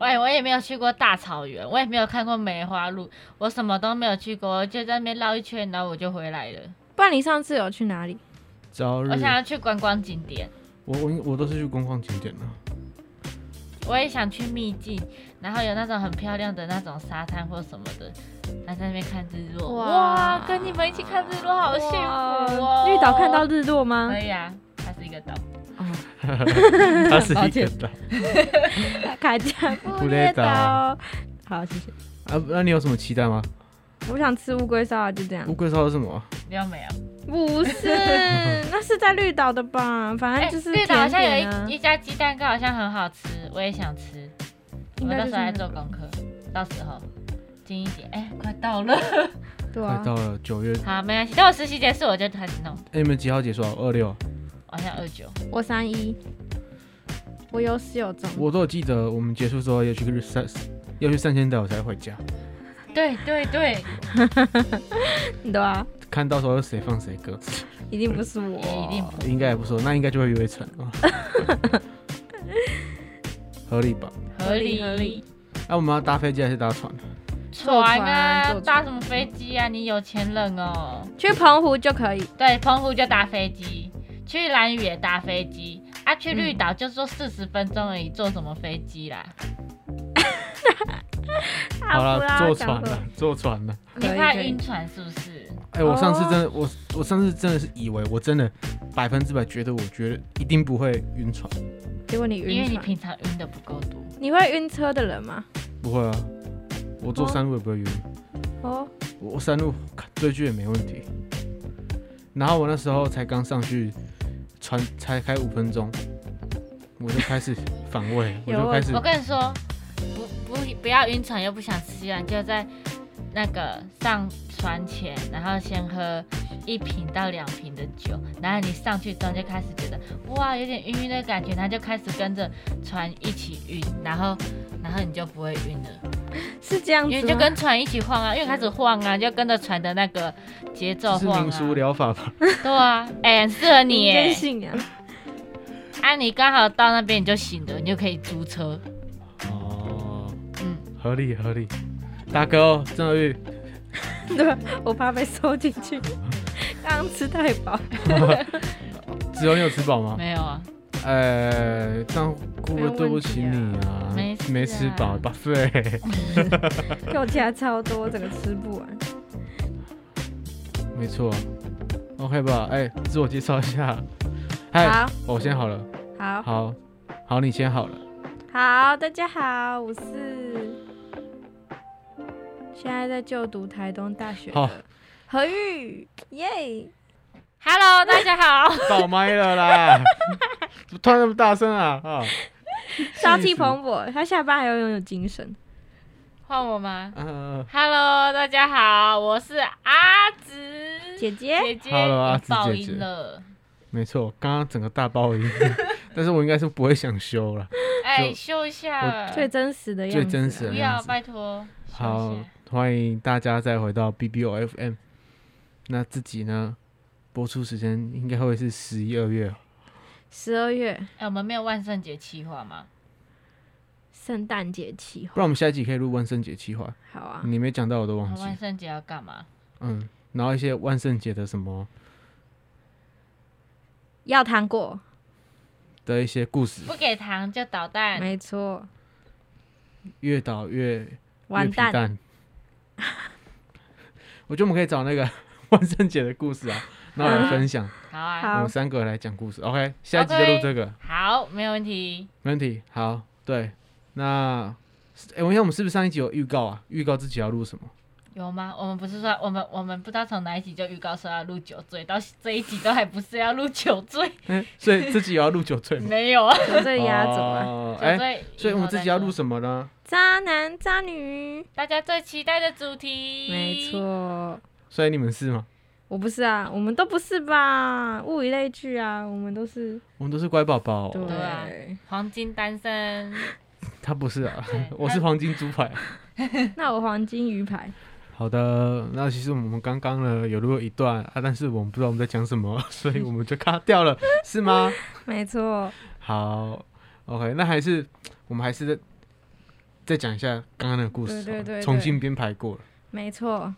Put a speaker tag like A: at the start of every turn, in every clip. A: 喂，我也没有去过大草原，我也没有看过梅花鹿，我什么都没有去过，我就在那边绕一圈，然后我就回来了。
B: 不然你上次有去哪里？
C: 朝日
A: 我，想要去观光景点，
C: 我我我都是去观光景 点的。
A: 我也想去秘境，然后有那种很漂亮的那种沙滩或什么的，然后在那边看日落。
B: 哇
A: 哇，跟你们一起看日落，好幸福哦！
B: 绿岛看到日落吗
A: 可？以啊，它是一个岛。
C: 它是一
A: 抱
C: 个
A: 歉
C: 岛
B: 卡加布
C: 布列
B: 列
C: 岛
B: 岛。好，谢谢。
C: 啊，那你有什么期待吗？
B: 我想吃乌龟烧啊，就这样
C: 乌。龟烧是什么啊？
A: 你有没有？
B: 不是， 那是在绿岛的吧？反正哎就是
A: 哎绿岛好
B: 甜
A: 像
B: 点
A: 有
B: 啊
A: 一一。家鸡蛋糕，好像很好吃，我也想吃。我
B: 应
A: 们
B: 该
A: 到
B: 就
A: 时
B: 是
A: 候来
B: 那
A: 做
B: 个
A: 功课，到时候近一点。哎、快到了，
B: 对
C: 快
B: 啊，
C: 到了九月，
A: 好，没关系。等我实习结束，我就开始弄。
C: 哎，你们几号结束啊？二六，
A: 好像二九，
B: 我三一，我有始有终。
C: 我都有记得，我们结束之后要去日三，要去三千岛才回家，
A: 对对对，
B: 对啊，
C: 看到时候谁放谁歌，
B: 一定不是我。
A: 一定不
C: 应该也不错，那应该就会约 成啊，合理吧？
A: 合理
B: 合理。
C: 那、我们要搭飞机还是搭船？
A: 船啊
B: 坐，船
A: 搭什么飞机啊？你有钱人哦。
B: 去澎湖就可以，
A: 对，澎湖就搭飞机，去兰屿也搭飞机，啊，去绿岛就
B: 嗯
A: 说四十分钟而已，坐什么飞机啦？
C: 好
A: 啊
C: 了，坐
B: 讲
C: 船
B: 错
C: 了，坐船了。
A: 你
B: 可以
A: 怕
B: 可以
A: 晕船是不是？
C: 哎、我上次
B: 哦
C: 真的，我我上次真的是以为我真的百分之百觉得，我觉得一定不会晕船，
B: 结果你
A: 因
B: 晕
A: 为你
B: 船，
A: 平常晕的不够多。
B: 你会晕车的人吗？
C: 不会啊，我坐山路也不会晕，
B: 哦，
C: 我我山路看追剧也没问题。然后我那时候才刚上去，船才开五分钟，我就开始反 胃，我
B: 有
C: 就
B: 我
C: 开始
A: 我跟你说，不不不要晕船又不想吃药，你就在那个上船前，然后先喝一瓶到两瓶的酒，然后你上去之后就开始觉得哇有点晕晕的感觉，然后就开始跟着船一起晕，然后 然后你就不会晕了，
B: 是这样
A: 因为
B: 子
A: 就
B: 吗？
A: 跟船一起晃啊，因为开始晃啊，就跟着船的那个节奏
C: 这是
A: 晃
C: 民俗
A: 啊。
C: 疗法 吧？
A: 对啊，哎、很适合你
B: 真
A: 耶！
B: 信仰。
A: 啊，你刚好到那边你就醒了，你就可以租车。
C: 哦，
A: 嗯，
C: 合理合理。大哥哦，郑德玉，
B: 对，我怕被收进 去。刚刚吃太饱，
C: 子荣你有吃饱吗？
A: 没有啊。
C: 呃，这样会不会对不起你啊？
A: 没事啊
C: 没吃饱吧？ 对，
B: 给我加超多，整个吃不完。
C: 没错。OK 吧？哎、自我介绍一下。嗨，
B: 好，
C: 我先好了。
B: 好，
C: 好，好，你先好了。
B: 好，大家好，我是现在在就读台东大学
C: 好
B: 的何玉，耶！
A: Hello，大家好，
C: 倒麦了啦！怎么突然那么大声啊？啊，
B: 朝气蓬勃，他下班还要拥有精神。
A: 换我吗
C: 嗯、
A: ？Hello，大家好，我是阿紫
B: 姐姐，
A: 姐姐
C: Hello，阿紫姐姐
A: 爆音了，
C: 没错，刚刚整个大爆音，但是我应该是不会想修了，
A: 哎、
C: 就
A: 修一下，
B: 最真实的样子啊，
C: 最真实
A: 不
C: 的
A: 要
C: 样，子。
A: 拜托，修一下
C: 好，欢迎大家再回到 BBOFM。那自己呢？播出时间应该会是十一二月
B: 十二月
A: 哎、我们没有万圣节计划吗？
B: 圣诞节企划，
C: 不然我们下一集可以录万圣节企划，
B: 好啊，
C: 你没讲到我都
A: 我
C: 忘
A: 们
C: 记。
A: 万圣节要干嘛？
C: 嗯，然后一些万圣节的什么
B: 要糖果，
C: 的一些故事，
A: 不给糖就捣蛋，
B: 没错，
C: 越倒越越
B: 完
C: 皮
B: 蛋，
C: 蛋。 我觉得我们可以找那个 万圣节的故事啊，然后来分享，
A: 好啊，
C: 我
B: 好
C: 们，三个来讲故事。OK，下一集就录这个，
A: 好，没有问题。
C: 没问题。好，对，那。哎、我想我们是不是上一集有预告啊？预告自己要录什么？
A: 有吗？我们不是说我们我们不知道从哪一集就预告说要录酒醉，到这一集都还不是要录酒 醉，
C: 嗯，所以自己也要录酒醉 吗？
A: 没有啊，
B: 我这里压轴啊，
C: 哦
A: 酒
C: 哎、
A: 醉。
C: 所以我们自己要
A: 以后再说
C: 录什么呢？
B: 渣男渣女，
A: 大家最期待的主题。
B: 没，错，
C: 所以你们是吗？
B: 我不是啊，我们都不是吧？物以类聚啊，我们都是
C: 我们都是乖宝宝、哦
A: 对啊
B: 对。
A: 黄金单身，
C: 他不是啊
A: 对，
C: 我是黄金猪排。 啊
B: 那我黄金鱼排，
C: 好的，那其实我们刚刚呢有录一段啊，但是我们不知道我们在讲什么， 所以我们就卡掉了，是吗？
B: 没错，
C: 好，OK，那还是我们还是在再讲一下刚刚那个故事好了，
B: 对对对对
C: 重新编排过了。
B: 没错，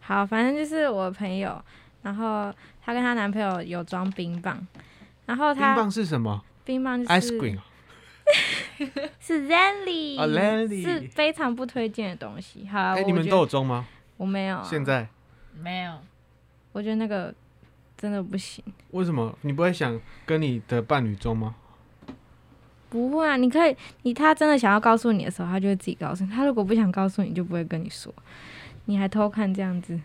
B: 好，反正就是我朋友，然后她跟她男朋友有装冰棒，然后
C: 冰
B: 她
C: 棒是什么
B: 冰棒就是
C: ？ice cream 啊
B: 是 Zenly，、
C: 哦，Zenly
B: 是非常不推荐的东西。好啦，啊
C: 哎、
B: 我
C: 你们
B: 觉
C: 都
B: 得
C: 有装吗？
B: 我没有、啊，
C: 现在
A: 没有，
B: 我觉得那个真的不行。
C: 为什么你不会想跟你的伴侣装吗？
B: 不会啊，你可以，你他真的想要告诉你的时候，他就会自己告诉你；他如果不想告诉你，就不会跟你说。你还偷看这样子，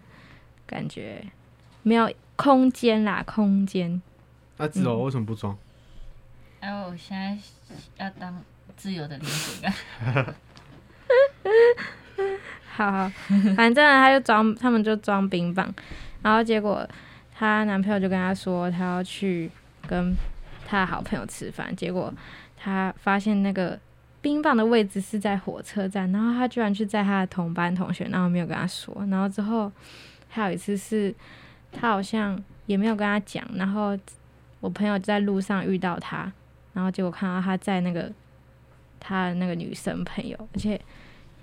B: 感觉没有空间啦，空间。
C: 那子柔
B: 嗯
C: 啊哦为什么不装？
A: 哎、我现在要当自由的灵魂 啊！
B: 好好，反正她就装，他们就装冰棒，然后结果她男朋友就跟她说，她要去跟她的好朋友吃饭，结果她发现那个冰棒的位置是在火车站，然后她居然去载她的同班同学，然后没有跟她说，然后之后还有一次是她好像也没有跟她讲，然后我朋友在路上遇到她，然后结果看到她在那个她的那个女生朋友，而且。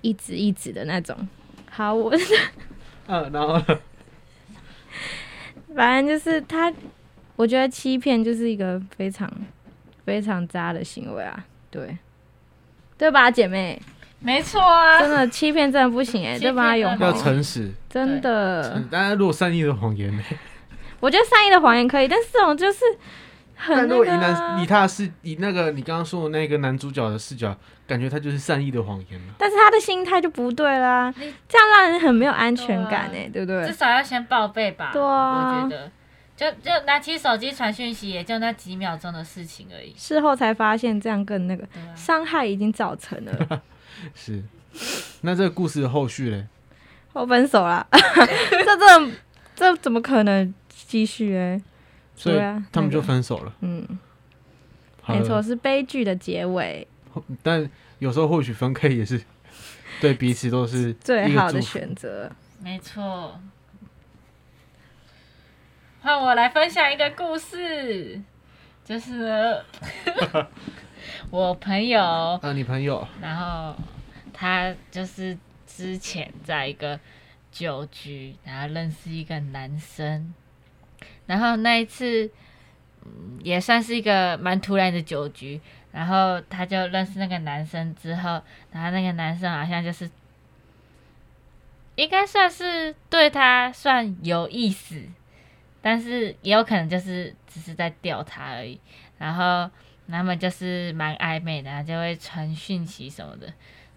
B: 一直一直的那种。好，我
C: 嗯、然后
B: 哦
C: 呢
B: 反正就是他，我觉得欺骗就是一个非常非常渣的行为啊，对，对吧，姐妹？
A: 没错啊，
B: 真的欺骗真的不行哎、
A: 欺
B: 对
A: 骗
B: 吧？永
A: 真的
C: 要
A: 不
B: 红
A: 行
C: 诚实，
B: 真的
C: 诚，当然如果善意的谎言呢？
B: 我觉得善意的谎言可以，但是这种就是
C: 但
B: 很
C: 如
B: 那
C: 果以
B: 个
C: 男
B: 啊、
C: 以他的视以那个你刚刚说的那个男主角的视角，感觉他就是善意的谎言了。
B: 但是他的心态就不对啦
A: 你，
B: 这样让人很没有安全感哎、
A: 对啊
B: 对不对
A: 至？少要先报备吧。
B: 对啊
A: 我觉得，就就拿起手机传讯息，也就那几秒钟的事情而已。
B: 事后才发现这样更那个
A: 对啊，
B: 伤害已经造成了，
C: 是，那这个故事的后续嘞？
B: 我分手啦， 这这这怎么可能继续哎、
C: 所以
B: 对啊
C: 他们
B: 那
C: 就
B: 个
C: 分手了。
B: 嗯，
C: 好
B: 没
C: 了
B: 错，，是悲剧的结尾，
C: 但有时候或许分开 也是对彼此都是一
B: 最
C: 个
B: 好
C: 祝
B: 的
C: 福。
B: 选择。
A: 没错。换我来分享一个故事，就是 呢我朋友，
C: 啊，你朋友
A: 然后他就是之前在一个酒局，然后认识一个男生，然后那一次，嗯，也算是一个蛮突然的酒局，然后他就认识那个男生之后，然后那个男生好像就是，应该算是对他算有意思，但是也有可能就是只是在钓他而已，然后。他们就是蛮暧昧的、啊，就会传讯息什么的。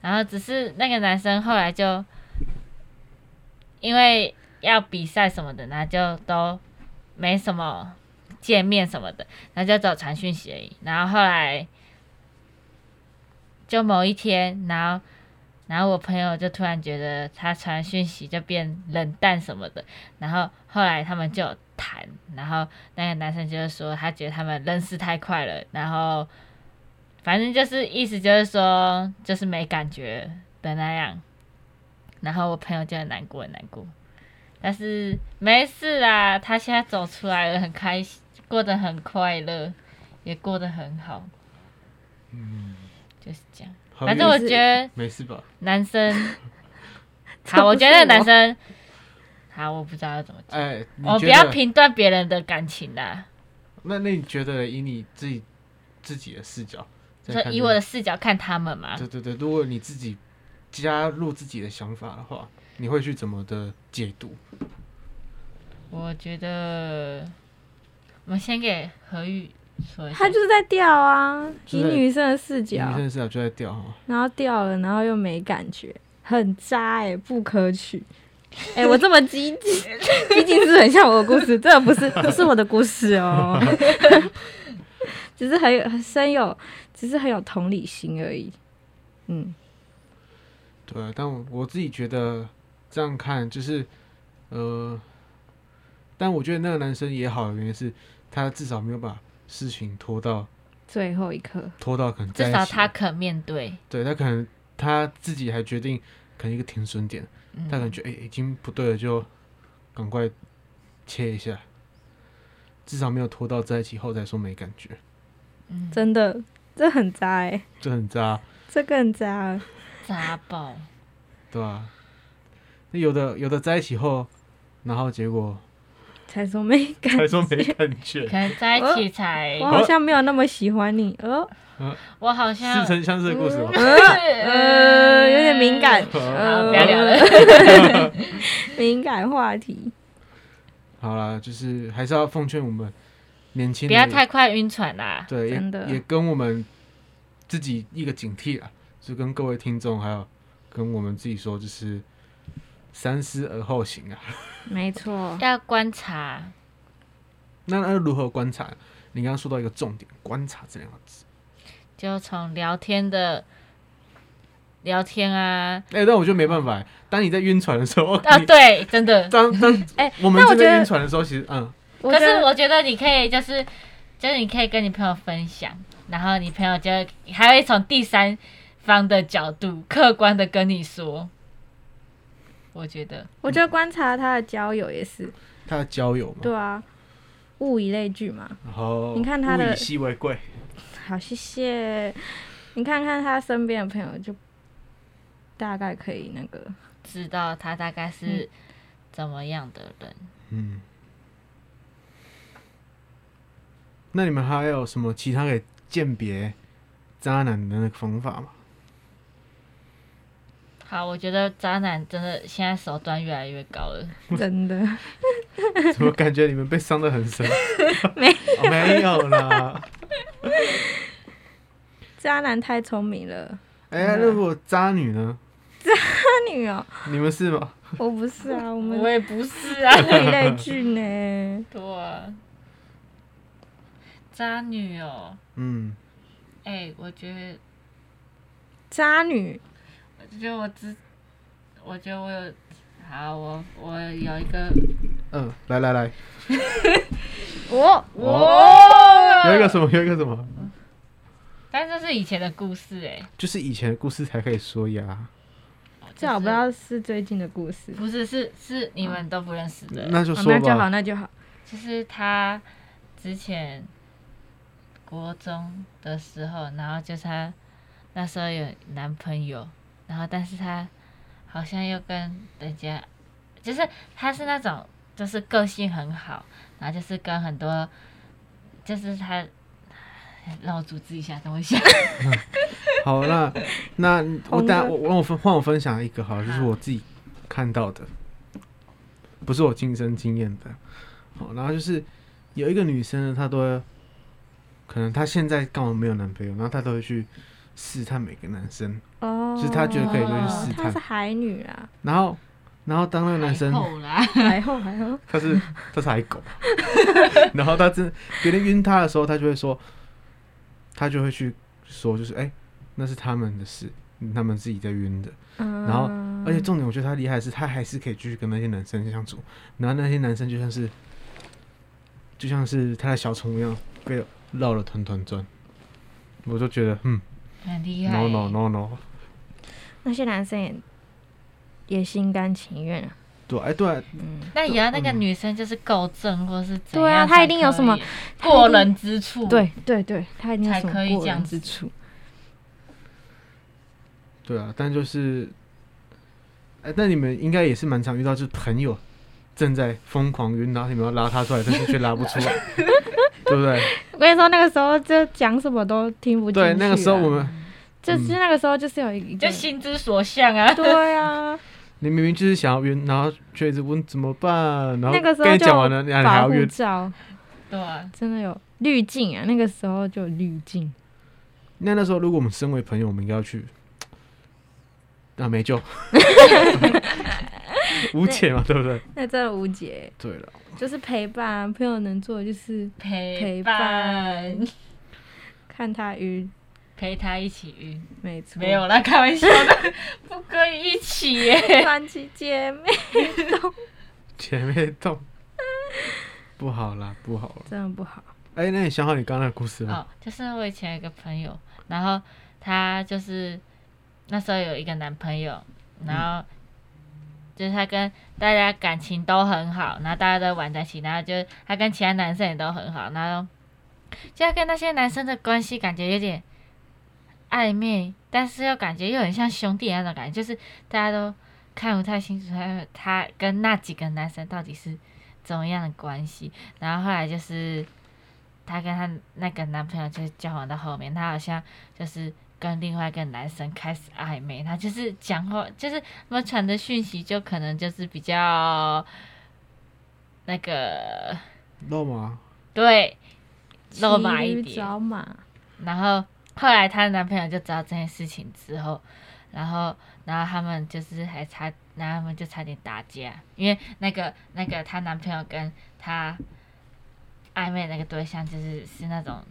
A: 然后只是那个男生后来就因为要比赛什么的，然后就都没什么见面什么的，然后就只有传讯息而已。然后后来就某一天，然后然后我朋友就突然觉得他传讯息就变冷淡什么的，然后后来他们就有谈，然后那个男生就是说他觉得他们认识太快了，然后反正就是意思就是说就是没感觉的那样，然后我朋友就很难过很难过，但是没事啦，他现在走出来了，很开心，过得很快乐，也过得很好，
C: 嗯
A: 就是这样。
C: 好
A: 反正我
B: 意思
A: 觉得
C: 没事吧？
A: 男生，
B: 这
A: 好，我
B: 不
A: 觉
B: 是
A: 得
B: 我
A: 男生，好，我不知道要怎么讲，
C: 哎，你
A: 我不
C: 觉
A: 要
C: 得
A: 评断别人的感情啦。
C: 那那你觉得以你自己自己的视角，
A: 就
C: 再看
A: 以
C: 这
A: 我的
C: 个
A: 视角看他们嘛，
C: 对对对，如果你自己加入自己的想法的话，你会去怎么的解读？
A: 我觉得我们先给何玉说一下
B: 他，就是在掉啊，
C: 就
B: 以
C: 在
B: 女生的视
C: 女
B: 角，
C: 生的视角就在掉哈。
B: 然后掉了，然后又没感觉，很渣哎、不可 取。哎、我这么激进，激进是不是很像我的故事，这不是不是我的故事 哦，只是很有很深有，只是很有同理心而已。嗯，
C: 对啊，但我我自己觉得这样看就是，呃，但我觉得那个男生也好的原因是，他至少没有把事情拖到
B: 最后一刻，
C: 拖到可能在
A: 至
C: 一
A: 少
C: 起
A: 他肯面对。
C: 对他可能他自己还决定可能一个停损点，
A: 嗯
C: 他可能觉得哎、已经不对了，就赶快切一下，至少没有拖到在一起后再说没感觉，
A: 嗯
B: 真的，这很渣哎、
C: 这很渣。
B: 这更渣了。
A: 砸爆，
C: 对吧、那有的有的在一起后，然后结果
B: 才说没 感
D: 还说没感觉
A: 可，能在一起才
B: 我好像没有那么喜欢你，呃
A: 我好 像嗯
D: 似曾相识的故事吗？
B: 呃，有点敏感，
A: 好
B: 呃，
A: 不要聊了，
B: 敏感话题。
C: 好啦，就是还是要奉劝我们年轻
A: 不
C: 的
A: 要太快晕船啦。
C: 对，
B: 真的
C: 也也跟我们自己一个警惕啊，就跟各位听众还有跟我们自己说，就是三思而后行啊。
B: 没错，
A: 要观察，
C: 那那如何观察？你刚刚说到一个重点，观察这两个字。
A: 就从聊天的聊天啊，
C: 哎、但我觉得没办法欸、当你在晕船的时候，
A: 啊，
C: 你
A: 对，真的。
C: 当当
B: 哎，
C: 我们
B: 那我
C: 正
B: 觉
C: 在
B: 得
C: 晕船的时候，其实嗯，
B: 我
A: 可
B: 觉
A: 是
B: 得
A: 我觉得你可以就是就是你可以跟你朋友分享，然后你朋友就还会从第三方的角度客观的跟你说。我觉得
B: 我觉得观察他的交友也是，
C: 他的交友嘛，
B: 对啊，物以类聚嘛。
C: 然后
B: 你看他的
D: 物以稀为贵，
B: 好，谢谢。你看看他身边的朋友，就大概可以那个，
A: 知道他大概是怎么样的人，
C: 嗯。那你们还有什么其他可以鉴别渣男的那个方法 吗？
A: 好，我觉得渣男真的现在手段越来越高了。
B: 真的
C: 怎么感觉你们被伤得很深？
B: 没
C: 哦没有啦。
B: 渣男太聪明了。
C: 哎、那如果渣女呢？
B: 那你哦，
C: 你们是吗？
B: 我不是 啊，我们
A: 我
B: 物
A: 也不是啊，
B: 以类聚呢。
A: 对啊，渣女哦，
C: 嗯，
A: 哎、我觉得，
B: 渣女，
A: 我觉得我知，我觉得我有，好，我我有一个
C: 嗯、来来来， 哦
B: 我
A: 哇，
C: 有一个什么，有一个什么，
A: 但这是以前的故事哎、
C: 就是以前的故事才可以说呀。
B: 最好不要是最近的故事。
A: 不是是是你们都不认识的，
C: 嗯那就
B: 哦
C: 说
B: 那就好，
C: 吧。
B: 那就好。
A: 就是他之前国中的时候，然后就是他那时候有男朋友，然后但是他好像又跟人家，就是他是那种就是个性很好，然后就是跟很多，就是他。让我组织一下，等我一下。
C: 好，那那我
B: 红的
C: 大我我让我分换我分享一个好了，就是我自己看到的，不是我亲身经验的。好，然后就是有一个女生呢，她都会可能她现在刚好没有男朋友，然后她都会去试探每个男生，
B: 哦，
C: 就是他觉得可以
A: 东
C: 去
A: 西
C: 试
B: 她是
C: 探，
B: 海女啊，
C: 然后然后当那个男生
A: 太厚啦，
B: 海后海后。
C: 他是他是海狗， 然后他真别人晕他的时候，他就会说，他就会去说，就是哎、那是他们的事，他们自己在晕的。
B: 嗯
C: 后而且重点，我觉得他厉害的是，他还是可以继续跟那些男生相处，然后那些男生就像是就像是他的小宠物一样，被绕了团团转。我就觉得，嗯
A: 很厉害欸。
C: ，no no no no，
B: 那些男生也也心甘情愿啊。
C: 对，哎、对、啊，
A: 那也要那个
C: 嗯
A: 女生就是够正，或是怎
B: 对啊
A: 样
B: 她
A: 才
B: 一定有
A: 可
B: 什么
A: 以
B: 她一
A: 过
B: 定
A: 人之处。，
B: 对对对，他一定有
A: 才
B: 什么
A: 可以
B: 过
A: 这样
B: 人
A: 子
B: 之处。
C: 对啊，但就是，哎、那你们应该也是蛮常遇到，就是朋友正在疯狂晕，然后你们要拉他出来，但是却拉不出 来，对不对？
B: 我跟你说，那个时候就讲什么都听不进去啊、
C: 对，那个时候我们，嗯
B: 就是那个时候就是有一个，
A: 就心之所向啊。
B: 对啊，
C: 你明明就是想要晕，然后却一直问怎么办，然后
B: 那个时候
C: 跟你
B: 就
C: 讲完了，你还你还
B: 保
C: 要
B: 护
C: 晕，
B: 罩
A: 对啊，
B: 真的有滤镜啊，那个时候就有滤镜。
C: 那那时候如果我们身为朋友，我们应该要去，啊，没救，无解嘛，对不对？
B: 那真的无解，
C: 对了，
B: 就是陪伴啊、朋友能做的就是
A: 陪
B: 陪
A: 伴，
B: 看他晕，
A: 陪他一起晕。
B: 没错，
A: 没有啦，开玩笑 的，不可以一起耶。
B: 传奇姐妹，
C: 姐妹洞，不好啦，不好了。
B: 真的不好。
C: 哎、那你想好你刚刚的故事了吗？
A: 哦，就是我以前有一个朋友，然后她就是那时候有一个男朋友，然后就是她跟大家感情都很好，然后大家都玩在一起，然后就她跟其他男生也都很好，然后就她跟那些男生的关系感觉有点暧昧，但是又感觉又很像兄弟那种感觉，就是大家都看不太清楚他他跟那几个男生到底是怎么样的关系。然后后来就是她跟她那个男朋友就是交往到后面，她好像就是跟另外一个男生开始暧昧，她就是讲话就是他们传的讯息就可能就是比较那个
C: 肉麻，
A: 对肉麻一
B: 骑驴
A: 点。
B: 找马，
A: 然后后来她男朋友就知道这件事情之后，然后然后他们就是还差，然后他们就差点打架，因为那个那个她男朋友跟她暧昧那个对象就是是那种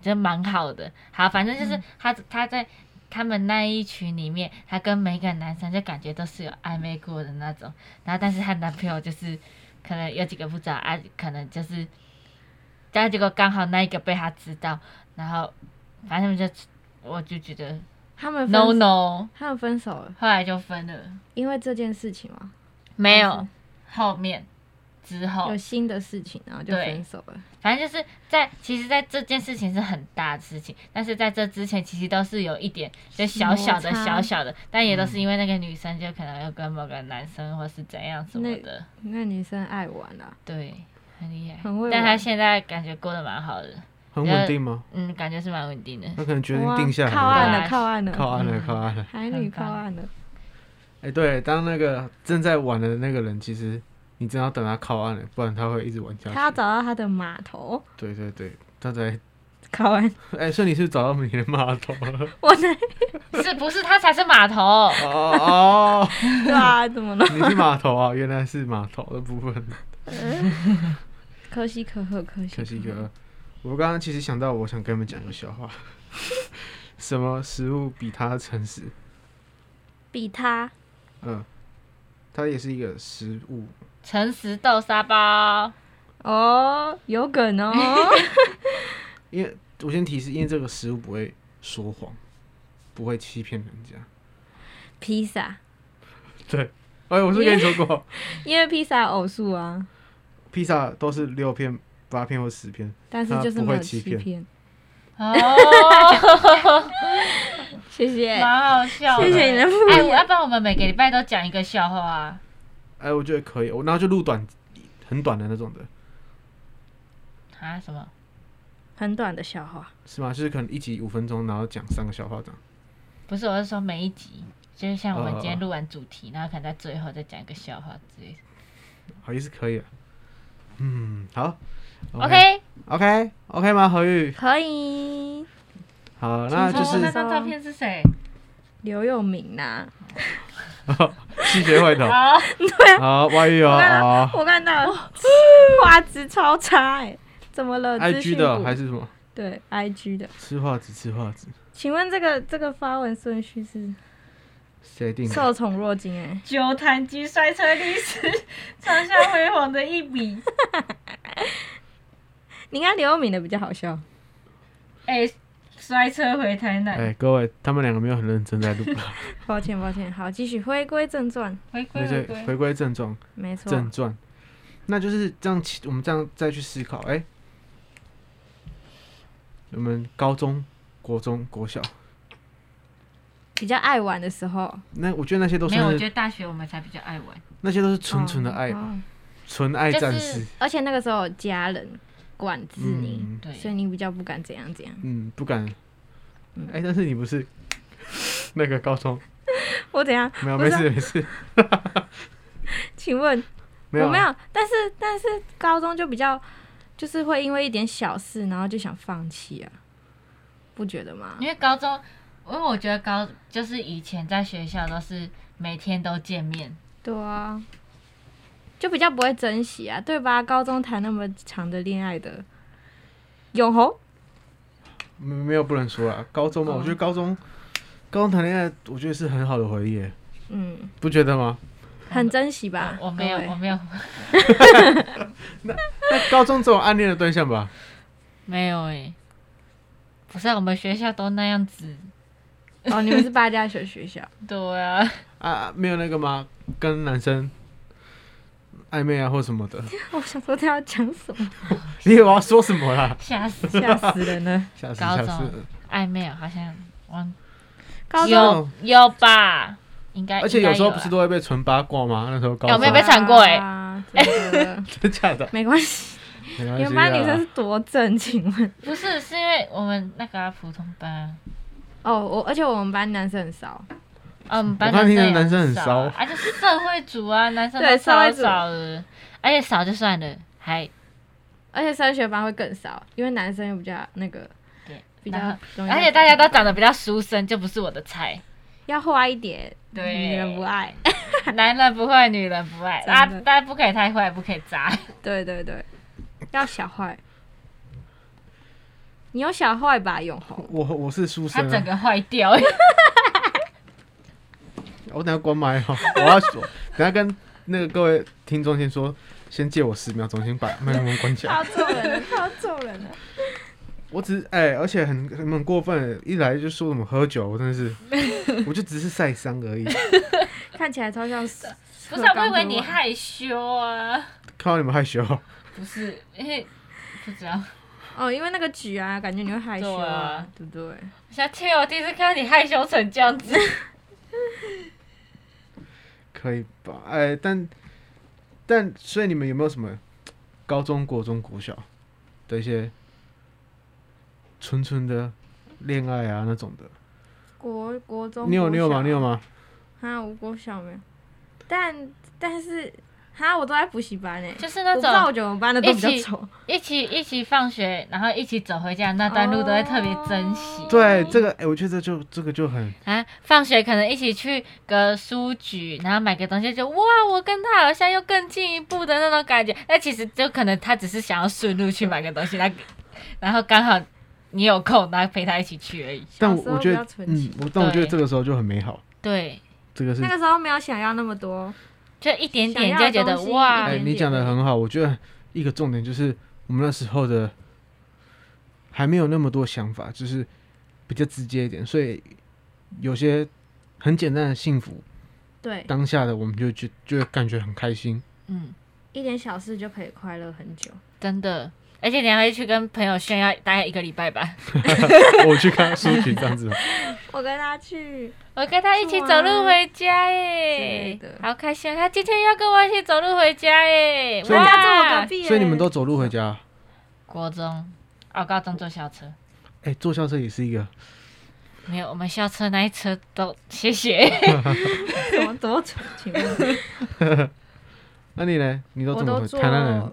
A: 就蛮好的，好，反正就是她她在。他们那一群里面，她跟每一个男生就感觉都是有暧昧过的那种，然后但是她男朋友就是可能有几个不知道啊，可能就是，但结果刚好那一个被她知道，然后反正他们就我就觉得
B: 他们分
A: no no，
B: 他们分手了，
A: 后来就分了，
B: 因为这件事情嘛，
A: 没有后面之后
B: 有，新的事情，然后就
A: 对
B: 分手了。
A: 反正就是在其实，在这件事情是很大的事情，但是在这之前其实都是有一点就小小的
B: 摩擦
A: 小小的，
B: 嗯
A: 但也都是因为那个女生就可能有跟某个男生或是怎样什么的，
B: 那女生爱玩啊啦、
A: 对，很厉害
B: 很会。玩
A: 但她现在感觉过得蛮好的，
C: 很稳定吗？
A: 嗯，感觉是蛮稳 定的。
C: 那可能决
B: 哇
C: 定定下来
B: 靠
A: 啊
C: 了，
B: 岸了，靠岸了，
C: 靠岸了，靠岸了。
B: 海女靠岸了，
C: 哎、对，当那个正在玩的那个人，其实你真的要等他靠岸了，不然他会一直玩下
B: 她要
C: 去。
B: 找到她的码头
C: 对对对，他在
B: 靠岸。
C: 哎，所以你是找到你的码头了？
B: 我那
A: 是不是她才是码头？
C: 哦哦，
B: 对啊，怎么了？
C: 你是码头啊，原来是码头的部分，
B: 可喜可贺，可喜
C: 可惜哥。我刚刚其实想到，我想跟你们讲一个笑话。什么食物比它诚实？
B: 比她
C: 嗯，它也是一个食物，
A: 诚实豆沙包，
B: 哦，有梗哦，
C: 因为我先提示，因为这个食物不会说谎，不会欺骗人家。
B: 披萨，
C: 哎，我是跟你说过，
B: 因为披萨有偶数啊，
C: 披萨都是六片、八片或十片，
B: 但是就是没有欺
C: 她不会欺
B: 骗。
A: 哦，
B: 谢谢，
A: 蛮好笑的。
B: 谢谢你的敷
A: 哎，
B: 衍
A: 要不然我们每个礼拜都讲一个笑话啊？
C: 哎，我觉得可以。我然后就录短、很短的那种的，
A: 啊什么？
B: 很短的笑话。
C: 是吗？就是可能一集五分钟，然后讲三个笑话这样。
A: 不是，我是说每一集，就是像我们今天
C: 哦
A: 录完主题，然后可能在最后再讲一个笑话之类的。
C: 好，也是可以啊。嗯，好。
A: OK，
C: OK OK 吗？何玉，
B: 可以，
C: 好，那就
A: 那
C: 是
A: 张照片是谁？
B: 刘佑明呐，
C: 吸血会头，
A: 好，
C: 好，外遇哦，
B: 我看到
C: 哦
B: 我看到 画质超差哎，怎么了资
C: ，IG
B: 讯
C: 的
B: 部
C: 还是什么？
B: 对 IG 的？
C: 吃画纸，吃画纸，
B: 请问这个这个发文顺序是
C: 谁定的？
B: 受宠若惊哎？
A: 九坛级摔车历史，创下辉煌的一笔。
B: 你看刘佑明的比较好笑，
A: 哎，摔车回台南，
C: 哎，各位，他们两个没有很认真在录啦，
B: 抱歉抱歉，好，继续回归正传，
A: 回
C: 那
A: 归回
C: 就
A: 归。
C: 回归正状，
B: 没错，
C: 正传，那就是这样起，我们这样再去思考，哎、我们高中、国中、国小，
B: 比较爱玩的时候，
C: 那我觉得那些都
A: 没有，我
C: 算
A: 觉
C: 是
A: 得大学我们才比较爱玩，
C: 那些都是纯纯的爱吧，
B: 哦，
C: 纯、爱
A: 就
C: 战
A: 是
C: 士，
B: 而且那个时候有家人管制你，
C: 嗯
A: 对，
B: 所以你比较不敢怎样怎样。
C: 嗯，不敢，哎、但是你不是那个高中，
B: 我怎样？
C: 没有，
B: 不
C: 没
B: 是啊
C: 事没事，
B: 请问
C: 没有
B: 我
C: 啊
B: 没有，但是但是高中就比较，就是会因为一点小事，然后就想放弃啊，不觉得吗
A: 因？为高中，因为我觉得高就是以前在学校都是每天都见面，
B: 对啊，就比较不会珍惜啊，对吧？高中谈那么长的恋爱的，永红
C: 没没有不能说啊，高中嘛，我觉得高中高中谈恋爱，我觉得是很好的回忆耶，
B: 嗯，
C: 不觉得吗？
B: 很珍惜吧？
A: 嗯我没有
B: 各位
A: 我没有
C: 那高中总有暗恋的对象吧？
A: 没有哎、不是啊、我们学校都那样子，
B: 哦，你们是八家学学校，
A: 对啊，
C: 啊，没有那个吗？跟男生暧昧啊，或什么的。
B: 我想说他要讲什么，
C: 你以为我要说什么啦？
A: 吓死！
B: 吓死人了。
C: 下次，
A: 高
C: 下
A: 中
C: 次，
A: 暧昧啊，好像忘
B: 高
C: 是
B: 中
C: 啊
A: 有有吧？应该，
C: 而且
A: 应该啊
C: 有时候
A: 啦
C: 不是都会被纯八卦吗？那时候高
A: 哎我
C: 中
A: 没有被抢过欸
B: 啊真的
C: 真的假的？
B: 没关系。
C: 没关
B: 你
C: 系
B: 们班女生
C: 啊
B: 是多正，请问？
A: 不是，是因为我们那个啊、普通班啊，
B: 哦，我而且我们班男生很少，
A: 嗯，我们班
C: 我看听说
A: 男
C: 男生很
A: 少啊，而且、就是社会组 啊，男生都
B: 对社
A: 超
B: 会组
A: 少的，而且少就算了，还
B: 而且升学班会更少，因为男生又比较那个
A: 对
B: 比较
A: 然后
B: 容
C: 嗯
B: 易，
A: 而且大家都长得比较书生，就不是我的 菜。
B: 要坏一点，
A: 对
B: 女人不爱。
A: 男人不坏，女人不爱，
B: 真的
A: 啊，大家不可以太坏，不可以渣。
B: 对 对对，要小坏。你有小坏吧，永红？
C: 我我是书
A: 他
C: 生
A: 整
C: 啊，
A: 个坏 掉，
C: 我等下关麦哦，我要说，等下跟那个各位听众先说，先借我十秒钟，先把麦克风关起来。
B: 超揍人的，超揍人啊的。
C: 我只是哎、而且很很很过分，一来就说什么喝酒，我真的是， 我就只是晒伤而已。
B: 看起来超像死。
A: 不是、啊，我
B: 刚
A: 以为你
B: 喝完
A: 害羞啊，
C: 看到你们害羞，
A: 不是，因为不知道。
B: 哦，因为那个局啊，感觉你会害羞啊，对不对？
A: 小七，我第一次看到你害羞成这样子，
C: 可以吧？哎、但但所以你们有没有什么高中、国中、国小的一些纯纯的恋爱啊那种的？
B: 国国中
C: 你有你有吗？你有
B: 吗？
C: 吗？
B: 哈，我国小没有，但但是哈，我都在补习班诶、
A: 就是
B: 我
A: 那
B: 不知道，我
A: 种
B: 觉得我们班的都比较
A: 一起
B: 丑。
A: 一起一起放学，然后一起走回家那段路都会特别
B: 哦
A: 珍惜。
C: 对，这个哎、我觉得这就这个就很
A: 啊，放学可能一起去个书局，然后买个东西就，哇，我跟他好像又更进一步的那种感觉。那其实就可能他只是想要顺路去买个东西，那然后刚好你有空，然后陪他一起去而已。
C: 但
B: 小时
C: 我
B: 候
C: 我觉
B: 比较
C: 得，
B: 纯
C: 嗯
B: 情，
C: 我但我觉得
A: 对
C: 这个时候就很美好，
A: 对，
C: 这个是
B: 那，个时候没有想要那么多，
A: 就一点
B: 想
A: 点
B: 要
A: 就
B: 的
A: 觉得
B: 东西一
A: 哇
B: 点
C: 哎，
B: 点
C: 你讲的很好，我觉得一个重点就是我们那时候的还没有那么多想法，就是比较直接一点，所以有些很简单的幸福，
B: 对，
C: 当下的我们就觉就会感觉很开心，
A: 嗯，
B: 一点小事就可以快乐很久。
A: 真的。而且你还会去跟朋友炫耀大概一个礼拜吧。
C: 我去看书局这 样子，
B: 我跟他去，
A: 我跟他一起走路回家耶，
B: 之类的
A: 好开心！他今天要跟我一起走路回家耶，
C: 所以
B: 人
A: 哇
B: 家坐我隔壁、欸，
C: 啊所以你们都走路回家，
A: 国中，哦，高中坐校车。
C: 哎，坐校车也是一个，
A: 没有，我们校车那一车都谢谢。
B: 怎么多蠢？请问
C: 那你呢？ 你都
B: 我
C: 怎么
B: 都
C: 回？
B: 坐
C: 台南人，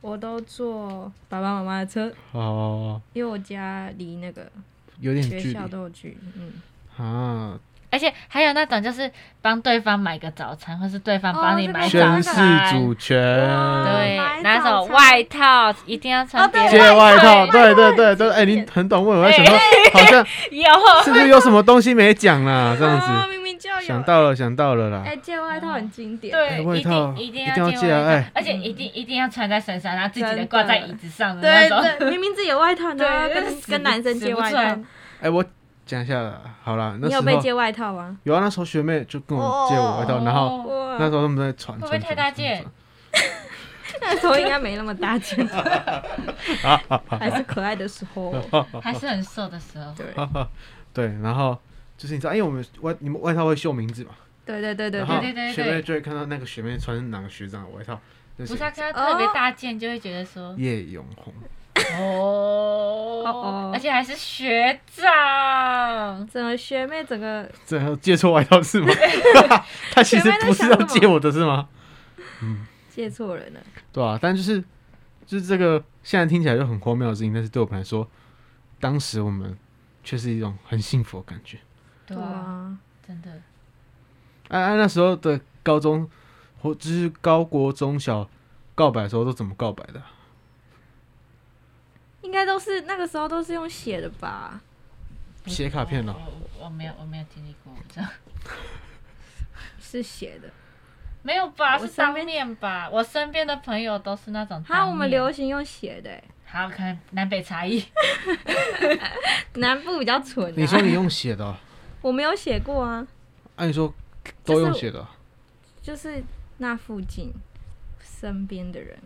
B: 我都坐爸爸妈妈的车，
C: 哦，
B: 因为我家离那个
C: 有点
B: 学
C: 距
B: 校
C: 离
B: 都有距离。嗯，
C: 啊，
A: 而且还有那种就是帮对方买个早餐，或是对方帮你买
B: 哎哦这
A: 早
B: 个
C: 宣
A: 餐。
C: 誓主权，
A: 对
B: 买，
A: 拿
B: 早
A: 手
B: 餐
A: 外哎套一定要穿
B: 哦
A: 别人。
B: 对
C: 借外套，
A: 对
C: 对对对，都哎，你很懂我，我在想说，好像
A: 有
C: 是不是有什么东西没讲啦？这样
B: 啊
C: 子，
B: 明明就有。
C: 想到了，想到了
B: 哎、
C: 啦。
B: 借外套很经典。
A: 对
C: 哎，外
A: 一
C: 套
A: 定一定
C: 一定要
A: 借
C: 借啊
A: 外套
C: 哎，
A: 而且一定一定要穿在身上，然后自己
B: 真
A: 的
B: 的
A: 挂在椅子上的那
B: 对
A: 种。
B: 对，明明自己有外套，然后
A: 对
B: 跟
A: 死不
B: 跟男生借外
A: 死
B: 套
A: 不。
C: 哎，我讲一下啦，好啦，那
B: 你
C: 时
B: 有被
C: 候
B: 借外套吗？
C: 有啊，那时候学妹就跟我借我外套，然后
A: 哦
B: 哇，
C: 那时候他们在传，
A: 会不会
C: 传
A: 太大？
C: 传
A: 件
C: 传
B: 那时候应该没那么大 件，还是可爱的时候。
A: 还是很瘦的时候。
B: 对
C: 对，然后就是你知道，因为我们外你们外套会绣名字嘛，
B: 对对对对
C: 然后
A: 对对对对
B: 对，
C: 学妹就会看到那个学妹穿哪个学长的外套，就
A: 不
C: 是
A: 是要啊看到特别大件，就会觉得说
C: 叶永红。
B: 哦
A: 哦
B: 哦，
A: 而且还是学长。
B: 整个学妹整个
C: 这还要借错外套是吗？ 他其实不是要借我的是吗？
B: 借错人了。
C: 对啊，但就是就是这个现在听起来就很荒谬的事情，但是对我们来说，当时我们却是一种很幸福的感觉。
A: 对啊，
B: 啊，
A: 真的。
C: 哎、啊、哎、那时候的高中或就是高国中小告白的时候都怎么告白的啊？
B: 应该都是那个时候都是用写的吧？
C: 写卡片哦
A: 我我我没有我没有经历过，我不知道。
B: 是写的。
A: 没有吧？
B: 我
A: 是
B: 身
A: 当
B: 边
A: 面吧？我身边的朋友都是那种当面。
B: 哈，我们啊流行用写的欸、
A: 好可能南北差异。
B: 南部比较蠢、啊。
C: 你说你用写的哦、
B: 我没有写过啊，
C: 按、你说都用写的哦、
B: 就是那附近身边的人，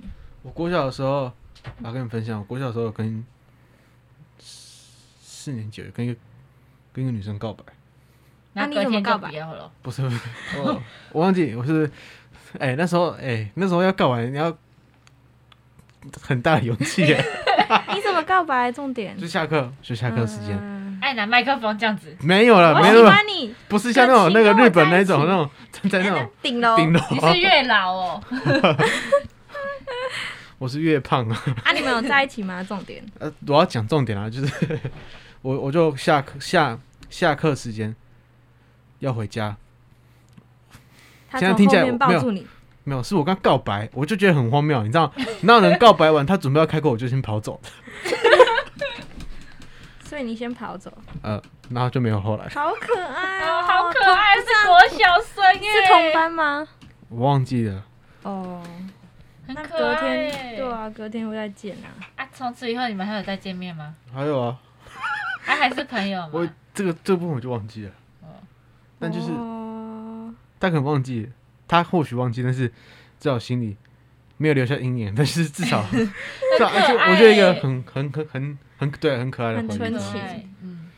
C: 我国小的时候，啊我、跟你分享，我国小的时候有跟四四年级有跟一个跟一个女生告白，
A: 那
B: 你
A: 隔
B: 怎么
A: 天
B: 告
A: 就
B: 白
A: 不要了，
C: 不是，不是我我忘记我是，哎、那时候哎、那时候要告白你要很大的勇气 耶，
B: 你怎么告白？重点
C: 就下课就下课时间。
B: 嗯
A: 哎，拿麦克风这样 子，
C: 没有了，
B: 我
C: 没
B: 喜
C: 有了，
B: 欢你，
C: 不是像那种
B: 请
C: 那个
B: 跟我
C: 日本
B: 在一
C: 那种
B: 起
C: 那种站在那种
B: 顶 楼
C: 顶楼，啊
A: 你是月老哦，
C: 我是越胖啊。
B: 啊！你们有在一起吗？重点
C: 呃，我要讲重点啊，就是 我我就下课下下课时间要回家，
B: 他
C: 现在
B: 从
C: 听
B: 后
C: 起来
B: 面
C: 我
B: 抱
C: 没有
B: 住你，
C: 没有，是我刚告白，我就觉得很荒谬，你知 道，哪有人告白完他准备要开口我就先跑走，
B: 所以你先跑走，
C: 呃，然后就没有后来，
B: 好可 爱
A: 哦
B: 哦，
A: 好可爱，是国小生耶，
B: 是同，班吗？
C: 我忘记了，
B: 哦，
A: 很
B: 那
A: 可
B: 隔
A: 爱耶。
B: 天对啊，隔天会再见啊。
A: 啊，从此以后你们还有再见面吗？
C: 还有啊，
A: 啊，还是朋
B: 嗯
A: 友
C: 我
A: 吗？
C: 这个这部分我就忘记了，但就是
B: 哦
C: 他可能忘记，他或许忘记，但是至少心里没有留下阴影，但 是 至少至少，
A: 很可
C: 而且
A: 爱
C: 我觉得一个很很很很很对很可爱的
B: 很
C: 回
B: 纯
C: 忆
A: 可
B: 真。
A: 爱
B: 情，
A: 嗯，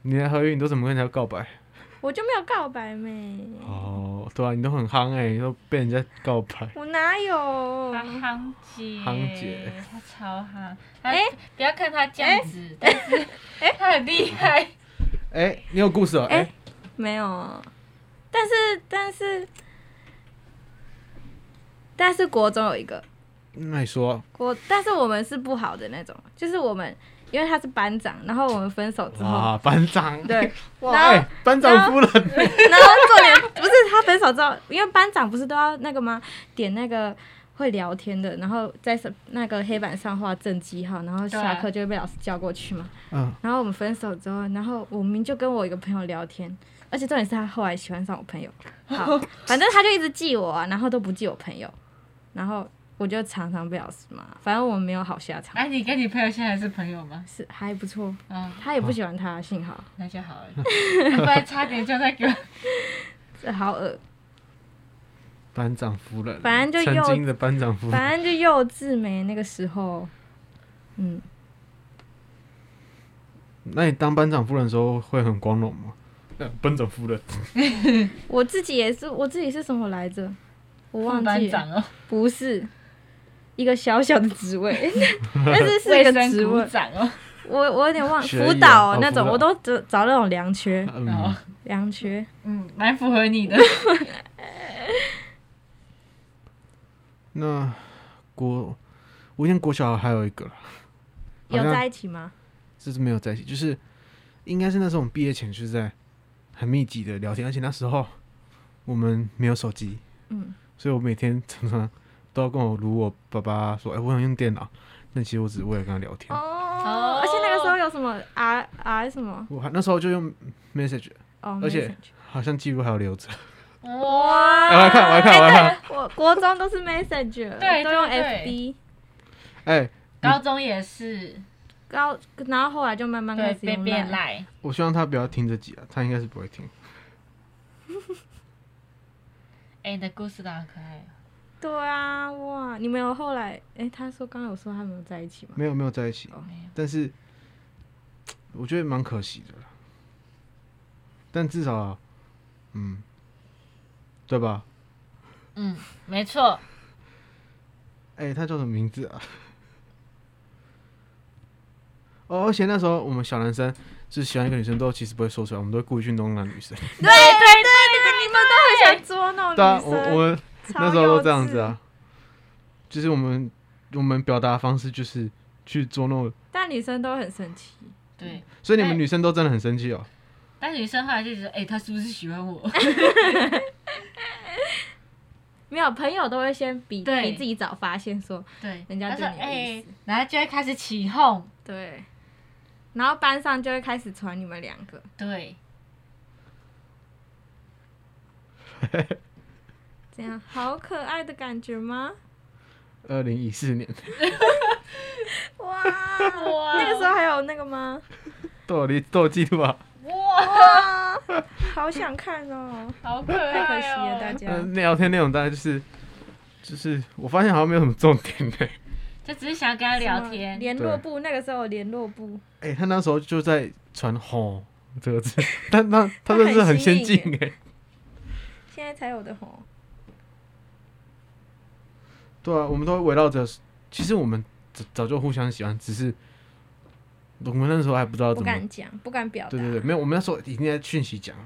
C: 你来合约，你都怎么跟人家告白？
B: 我就没有告白没，
C: 哦，对啊，你都很夯哎、你都被人家告白。
B: 我哪有？
A: 她夯姐，
C: 夯姐，
A: 她超夯，哎
B: 哎，
A: 不要看她这样子，但是她很厉 害，
C: 哎、你有故事哦、哎、
B: 哎没有，但是但是但是国中有一个
C: 那你说，啊
B: 国，但是我们是不好的那种，就是我们因为他是班长，然后我们分手之后，
C: 哇，班长，
B: 对，然
C: 哎、
B: 后
C: 班长夫 人，
B: 然后重点不是他分手之后，因为班长不是都要那个吗？点那个会聊天的，然后在什那个黑板上画正记号，然后
A: 对啊
B: 下课就会被老师叫过去嘛。
C: 嗯，
B: 然后我们分手之后，然后我明就跟我一个朋友聊天，而且重点是他后来喜欢上我朋友。好，反正他就一直记我啊，然后都不记我朋友，然后我就常常被老师骂。反正我们没有好下场，
A: 哎，你跟你朋友现在是朋友吗？
B: 是还不错。
A: 嗯，
B: 他也不喜欢他，幸好
A: 那就 好了，不然差点就在给我。
B: 这好恶，
C: 班长夫人，
B: 反正就
C: 曾
B: 幼
C: 经的班长夫人，
B: 反正就幼稚没那个时候。嗯，
C: 那你当班长夫人的时候会很光荣 吗？呃班长夫人，
B: 我自己也是，我自己是什么来着？我忘
A: 副
B: 记
A: 班
B: 了，
A: 长哦，
B: 不是一个小小的 职位，但是是一
A: 卫
B: 个
A: 生
B: 职
A: 股
B: 位。
A: 长哦，
B: 我我有点忘
C: 学
B: 辅
C: 艺
B: 导
C: 啊
B: 那种，
C: 哦
B: 我
C: 辅导
B: 都找找那种良缺，
A: 哦
C: 嗯，
B: 良缺。
A: 嗯，蛮符合你的。
C: 那国，我念国小还有一个啦，好
B: 有
C: 像
B: 在一起吗？
C: 就是没有在一起，就是应该是那时候我们毕业前就是在很密集的聊天，而且那时候我们没有手机，
B: 嗯，
C: 所以我每天常常都要跟我如我爸爸说，哎、我想用电脑，但其实我只是为了跟他聊天。
B: 哦，而且那个时候有什么 R R 什么？
C: 我还那时候就用 message，
B: 哦，
C: 而且
B: Messenger
C: 好像记录还有留
B: 哦
C: 着。
A: 哇，
C: 哎我来看，我来看，我来看。
B: 我国中都是 Messenger，
A: 对
B: 都用
A: 对
B: FB，
C: 哎、
A: 高中也是，
B: 然后然后后来就慢慢
A: 对
B: 开，始
A: 被
B: 用
A: 变
B: Line。
A: 赖，
C: 我希望他不要听这集啊，他应该是不会听。
A: 哎，你的故事都好可爱哦。
B: 对啊，哇，你们有后来？哎，他说刚刚有说他们有在一起吗？
C: 没有没有在一起，
A: 哦
C: 但是我觉得蛮可惜的啦。但至少、啊，嗯，对吧？
A: 嗯，没错，
C: 哎、他叫什么名字啊？ 哦，而且那时候我们小男生就是喜欢一个女生，都其实不会说出来，我们都会故意去弄那女 生。
B: 对对对，你们都很想捉弄女
C: 对啊，我
B: 生，
C: 我们
B: 超
C: 那时候都
B: 幼
C: 这样子
B: 稚
C: 啊，就是我们我们表达方式就是去捉弄，
B: 但女生都很生气。
A: 对。
C: 所以你
A: 哎
C: 们女生都真的很生气哦。
A: 但女生后来就觉得，哎、他是不是喜欢我？
B: 没有朋友都会先比
A: 对
B: 比自己早发现说，
A: 对，
B: 人家
A: 她
B: 对
A: 说，
B: 你有意
A: 哎、
B: 思
A: 然后就会开始起哄，
B: 对，然后班上就会开始传你们两个，
A: 对，
B: 这样好可爱的感觉吗？
C: 二零一四年，
B: 哇，
A: 哇
B: 那个时候还有那个吗？
C: 都有都有记录啊。
A: 哇，
B: 哇， 好想看哦，
A: 好可爱、
B: 太可惜啊
C: 呃
B: 了大。家
C: 嗯，。聊天内容大概就是，就是我发现好像没有什么重点呢、
A: 就只是想跟他聊天。
B: 联络部那个时候有联络部，
C: 哎、他那时候就在传“吼”这个字，但那他真的是很先进
B: 他很
C: 哎、
B: 现在才有的吼。
C: 对啊，我们都围绕着，其实我们早早就互相喜欢，只是我们那时候还不知
B: 不
C: 道哦怎么。
B: 敢讲，不敢表达。
C: 对对对，没有，我们那时候已经在讯息讲了，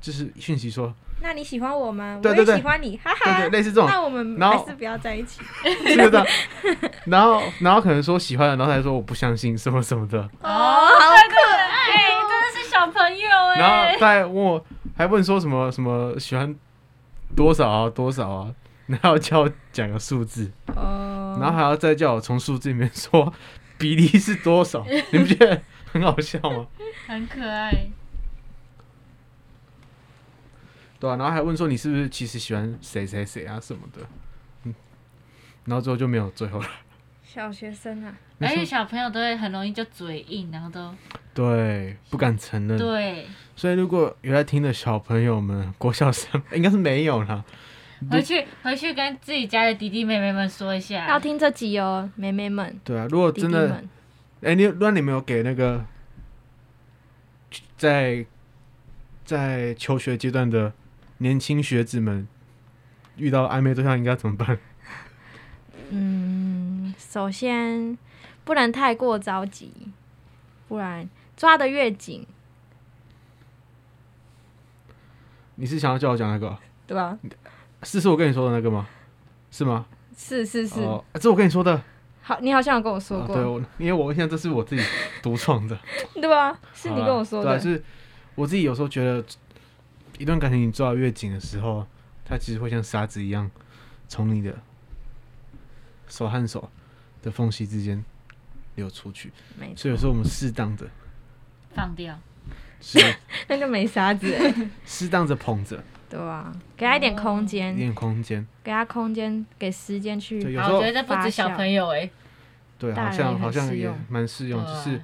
C: 就是讯息说，
B: 那你喜欢我吗？
C: 对对
B: 我
C: 对
B: 也喜欢你，哈
C: 对
B: 哈。
C: 对，类似这种，
B: 那我们
C: 然
B: 还
C: 后
B: 是不要在一起。
C: 是不是这样？然后然后可能说喜欢了，然后才说我不相信什么什么的，
A: 哦，好可
B: 哎
A: 爱，哦真的是小朋友
C: 然
A: 哎
C: 后。再问我，还问说什么什么喜欢多少啊多少啊， 然后叫我讲个数字，
B: 哦
C: 然后还要再叫我从数字里面说比例是多 少，你不觉得很好笑吗？
A: 很可爱。
C: 对啊，然后还问说你是不是其实喜欢谁谁谁啊什么的，嗯，然后最后就没有最后了。
B: 小学生啊，
C: 没
A: 而
C: 错
A: 且小朋友都会很容易就嘴硬，然后都
C: 对，不敢承认。
A: 对。
C: 所以如果有在听的小朋友们，国小生应该是没有啦。
A: 回去回去跟自己家的弟弟妹妹们说一下。
B: 要听这集哦，妹妹们、
C: 对啊，如果
B: 弟弟
C: 真的，
B: 们，
C: 哎、你那你们有给那个在在求学阶段的年轻学子们遇到暧昧对象应该怎么办？
B: 嗯，首先不能太过着急，不然抓得越紧，
C: 你是想要叫我讲那个？
B: 对吧？
C: 是是我跟你说的那个吗？是吗？
B: 是是是，
C: 哦，啊这我跟你说的。
B: 好，你好像有跟我说
C: 啊、
B: 过，
C: 对，我因为我现在这是我自己独创的，
B: 对吧？是你
C: 好啦
B: 跟我说的，
C: 对啊、是我自己有时候觉得，一段感情你抓得越紧的时候，它其实会像沙子一样，从你的手和手的缝隙之间流出去。
B: 没错，
C: 所以有时候我们适当的，
A: 放掉，
C: 是
B: 那就没啥子欸，
C: 适当的捧着
B: 对吧？给他一点空
C: 一
B: 间，
C: 点空间，
B: 给他空间，给时间
C: 哦对，
B: 去，
C: 有时
A: 好，啊我
C: 候
A: 觉得这不止小朋友哎、
C: 对，
B: 大
C: 好
B: 人也
C: 像
B: 很
C: 好像
B: 适
C: 也
B: 用
C: 蛮适用，就
A: 对啊
C: 是。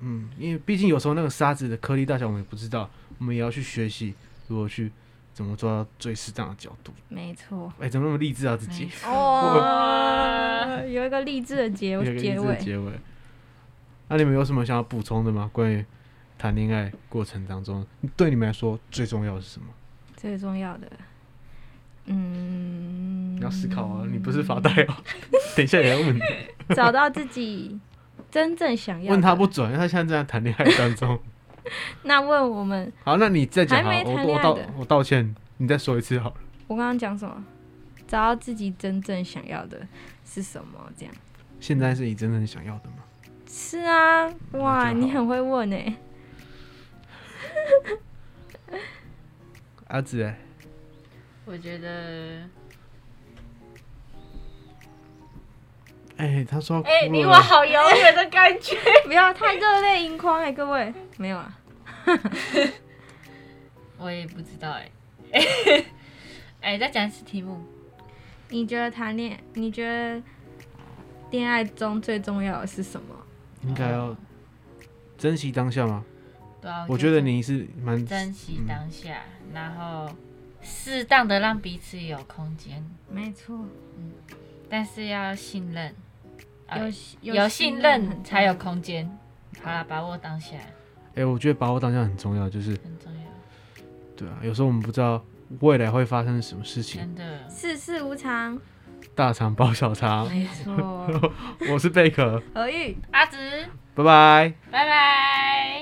C: 嗯，因为毕竟有时候那个沙子的颗粒大小我们也不知道，我们也要去学习如何去怎么抓到最适当的角度。
B: 没错。
C: 哎、怎么那么励志啊自己
A: 没？错
B: 哦，有一个励志的结
C: 有一个励
B: 结
C: 志的
B: 尾，
C: 结尾。那、你们有什么想要补充的吗？关于谈恋爱过程当中，对你们来说最重要的是什么？
B: 最重要的，嗯
C: 你，要思考啊，你不是发呆哦。 等一下也要问你，
B: 找到自己真正想要的。
C: 问他不准，因为他现在正在谈恋爱当中。
B: 那问我们，
C: 好，那你再讲好
B: 还
C: 了，
B: 没
C: 我
B: 谈
C: 我
B: 恋爱
C: 道
B: 的
C: 我道歉，你再说一次好了。
B: 我刚刚讲什么？找到自己真正想要的是什么？这样
C: 现在是你真正想要的吗？
B: 是啊，
C: 那
B: 哇，
C: 就好
B: 你很会问哎、
C: 阿紫、哎，
A: 我觉得，
C: 哎、他说要哭
A: 哎、
C: 了
A: 离我好遥远的感觉。
B: 哎不要太热泪盈眶哎、各位没有啊，
A: 我也不知道哎、 哎、再讲一次题目。
B: 你觉得谈恋，你觉得恋爱中最重要的是什么？
C: 应该要珍惜当下吗？
A: 对啊，
C: 我觉得你是蛮嗯
A: 珍惜当下，然后适当的让彼此有空间，
B: 没错，
A: 但是要信任，啊
B: 有
A: 有信任才有空间。好了，把握当下
C: 哎、我觉得把握当下很重要，就是
A: 很重要，
C: 对啊，有时候我们不知道未来会发生什么事情，
A: 真的。
B: 世事无常，
C: 大肠包小肠。
B: 没错。
C: 我是贝壳，
B: 何玉，
A: 阿直，
C: 拜拜。
A: 拜拜。